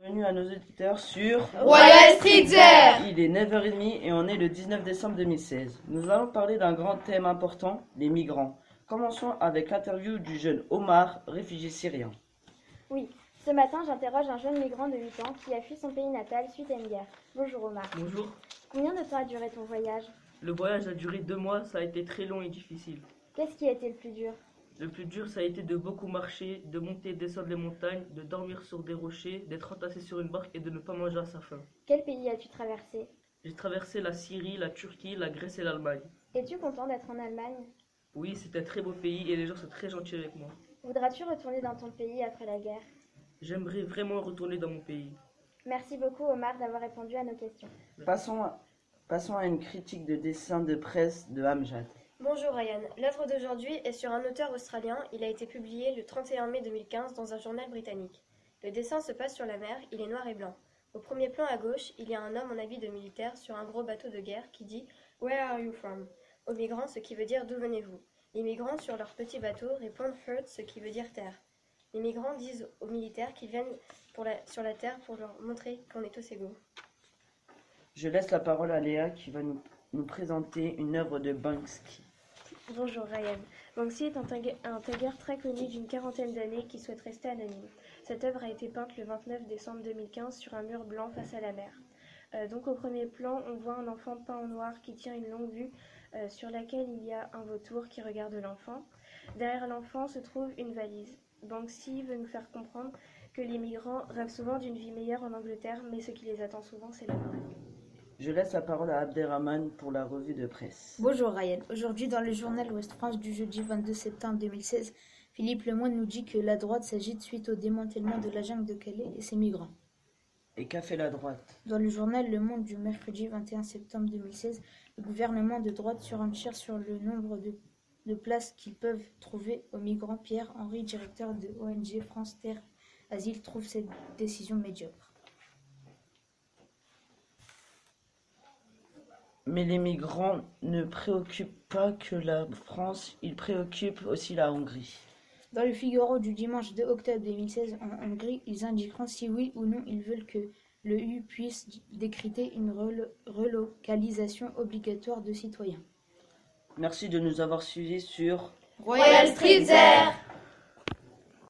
bienvenue à nos auditeurs sur Royal Streetwear Il est 9h30 et on est le 19 décembre 2016. Nous allons parler d'un grand thème important, les migrants. Commençons avec l'interview du jeune Omar, réfugié syrien. Oui, ce matin, j'interroge un jeune migrant de 8 ans qui a fui son pays natal suite à une guerre. Bonjour Omar. Bonjour. Combien de temps a duré ton voyage Le voyage a duré deux mois, ça a été très long et difficile. Qu'est-ce qui a été le plus dur Le plus dur, ça a été de beaucoup marcher, de monter et descendre les montagnes, de dormir sur des rochers, d'être entassé sur une barque et de ne pas manger à sa faim. Quel pays as-tu traversé J'ai traversé la Syrie, la Turquie, la Grèce et l'Allemagne. Es-tu content d'être en Allemagne Oui, c'est un très beau pays et les gens sont très gentils avec moi. Voudras-tu retourner dans ton pays après la guerre J'aimerais vraiment retourner dans mon pays. Merci beaucoup Omar d'avoir répondu à nos questions. Passons à, passons à une critique de dessin de presse de Hamjad. Bonjour Ryan, l'œuvre d'aujourd'hui est sur un auteur australien. Il a été publié le 31 mai 2015 dans un journal britannique. Le dessin se passe sur la mer, il est noir et blanc. Au premier plan à gauche, il y a un homme en habit de militaire sur un gros bateau de guerre qui dit Where are you from aux migrants, ce qui veut dire d'où venez-vous. Les migrants sur leur petit bateau répondent Earth, ce qui veut dire terre. Les migrants disent aux militaires qu'ils viennent pour la- sur la terre pour leur montrer qu'on est tous égaux. Je laisse la parole à Léa qui va nous, nous présenter une œuvre de Banksy. Bonjour Ryan. Banksy est un, tague- un tagueur très connu d'une quarantaine d'années qui souhaite rester anonyme. Cette œuvre a été peinte le 29 décembre 2015 sur un mur blanc face à la mer. Euh, donc au premier plan, on voit un enfant peint en noir qui tient une longue vue euh, sur laquelle il y a un vautour qui regarde l'enfant. Derrière l'enfant se trouve une valise. Banksy veut nous faire comprendre que les migrants rêvent souvent d'une vie meilleure en Angleterre, mais ce qui les attend souvent, c'est la mort. Je laisse la parole à Abderrahman pour la revue de presse. Bonjour Ryan. Aujourd'hui, dans le journal Ouest France du jeudi 22 septembre 2016, Philippe Lemoyne nous dit que la droite s'agite suite au démantèlement de la jungle de Calais et ses migrants. Et qu'a fait la droite Dans le journal Le Monde du mercredi 21 septembre 2016, le gouvernement de droite surenchère sur le nombre de, de places qu'ils peuvent trouver aux migrants. Pierre Henry, directeur de ONG France Terre Asile, trouve cette décision médiocre. Mais les migrants ne préoccupent pas que la France, ils préoccupent aussi la Hongrie. Dans le Figaro du dimanche 2 octobre 2016 en Hongrie, ils indiqueront si oui ou non ils veulent que le U puisse décréter une relo- relocalisation obligatoire de citoyens. Merci de nous avoir suivis sur Royal Streetwear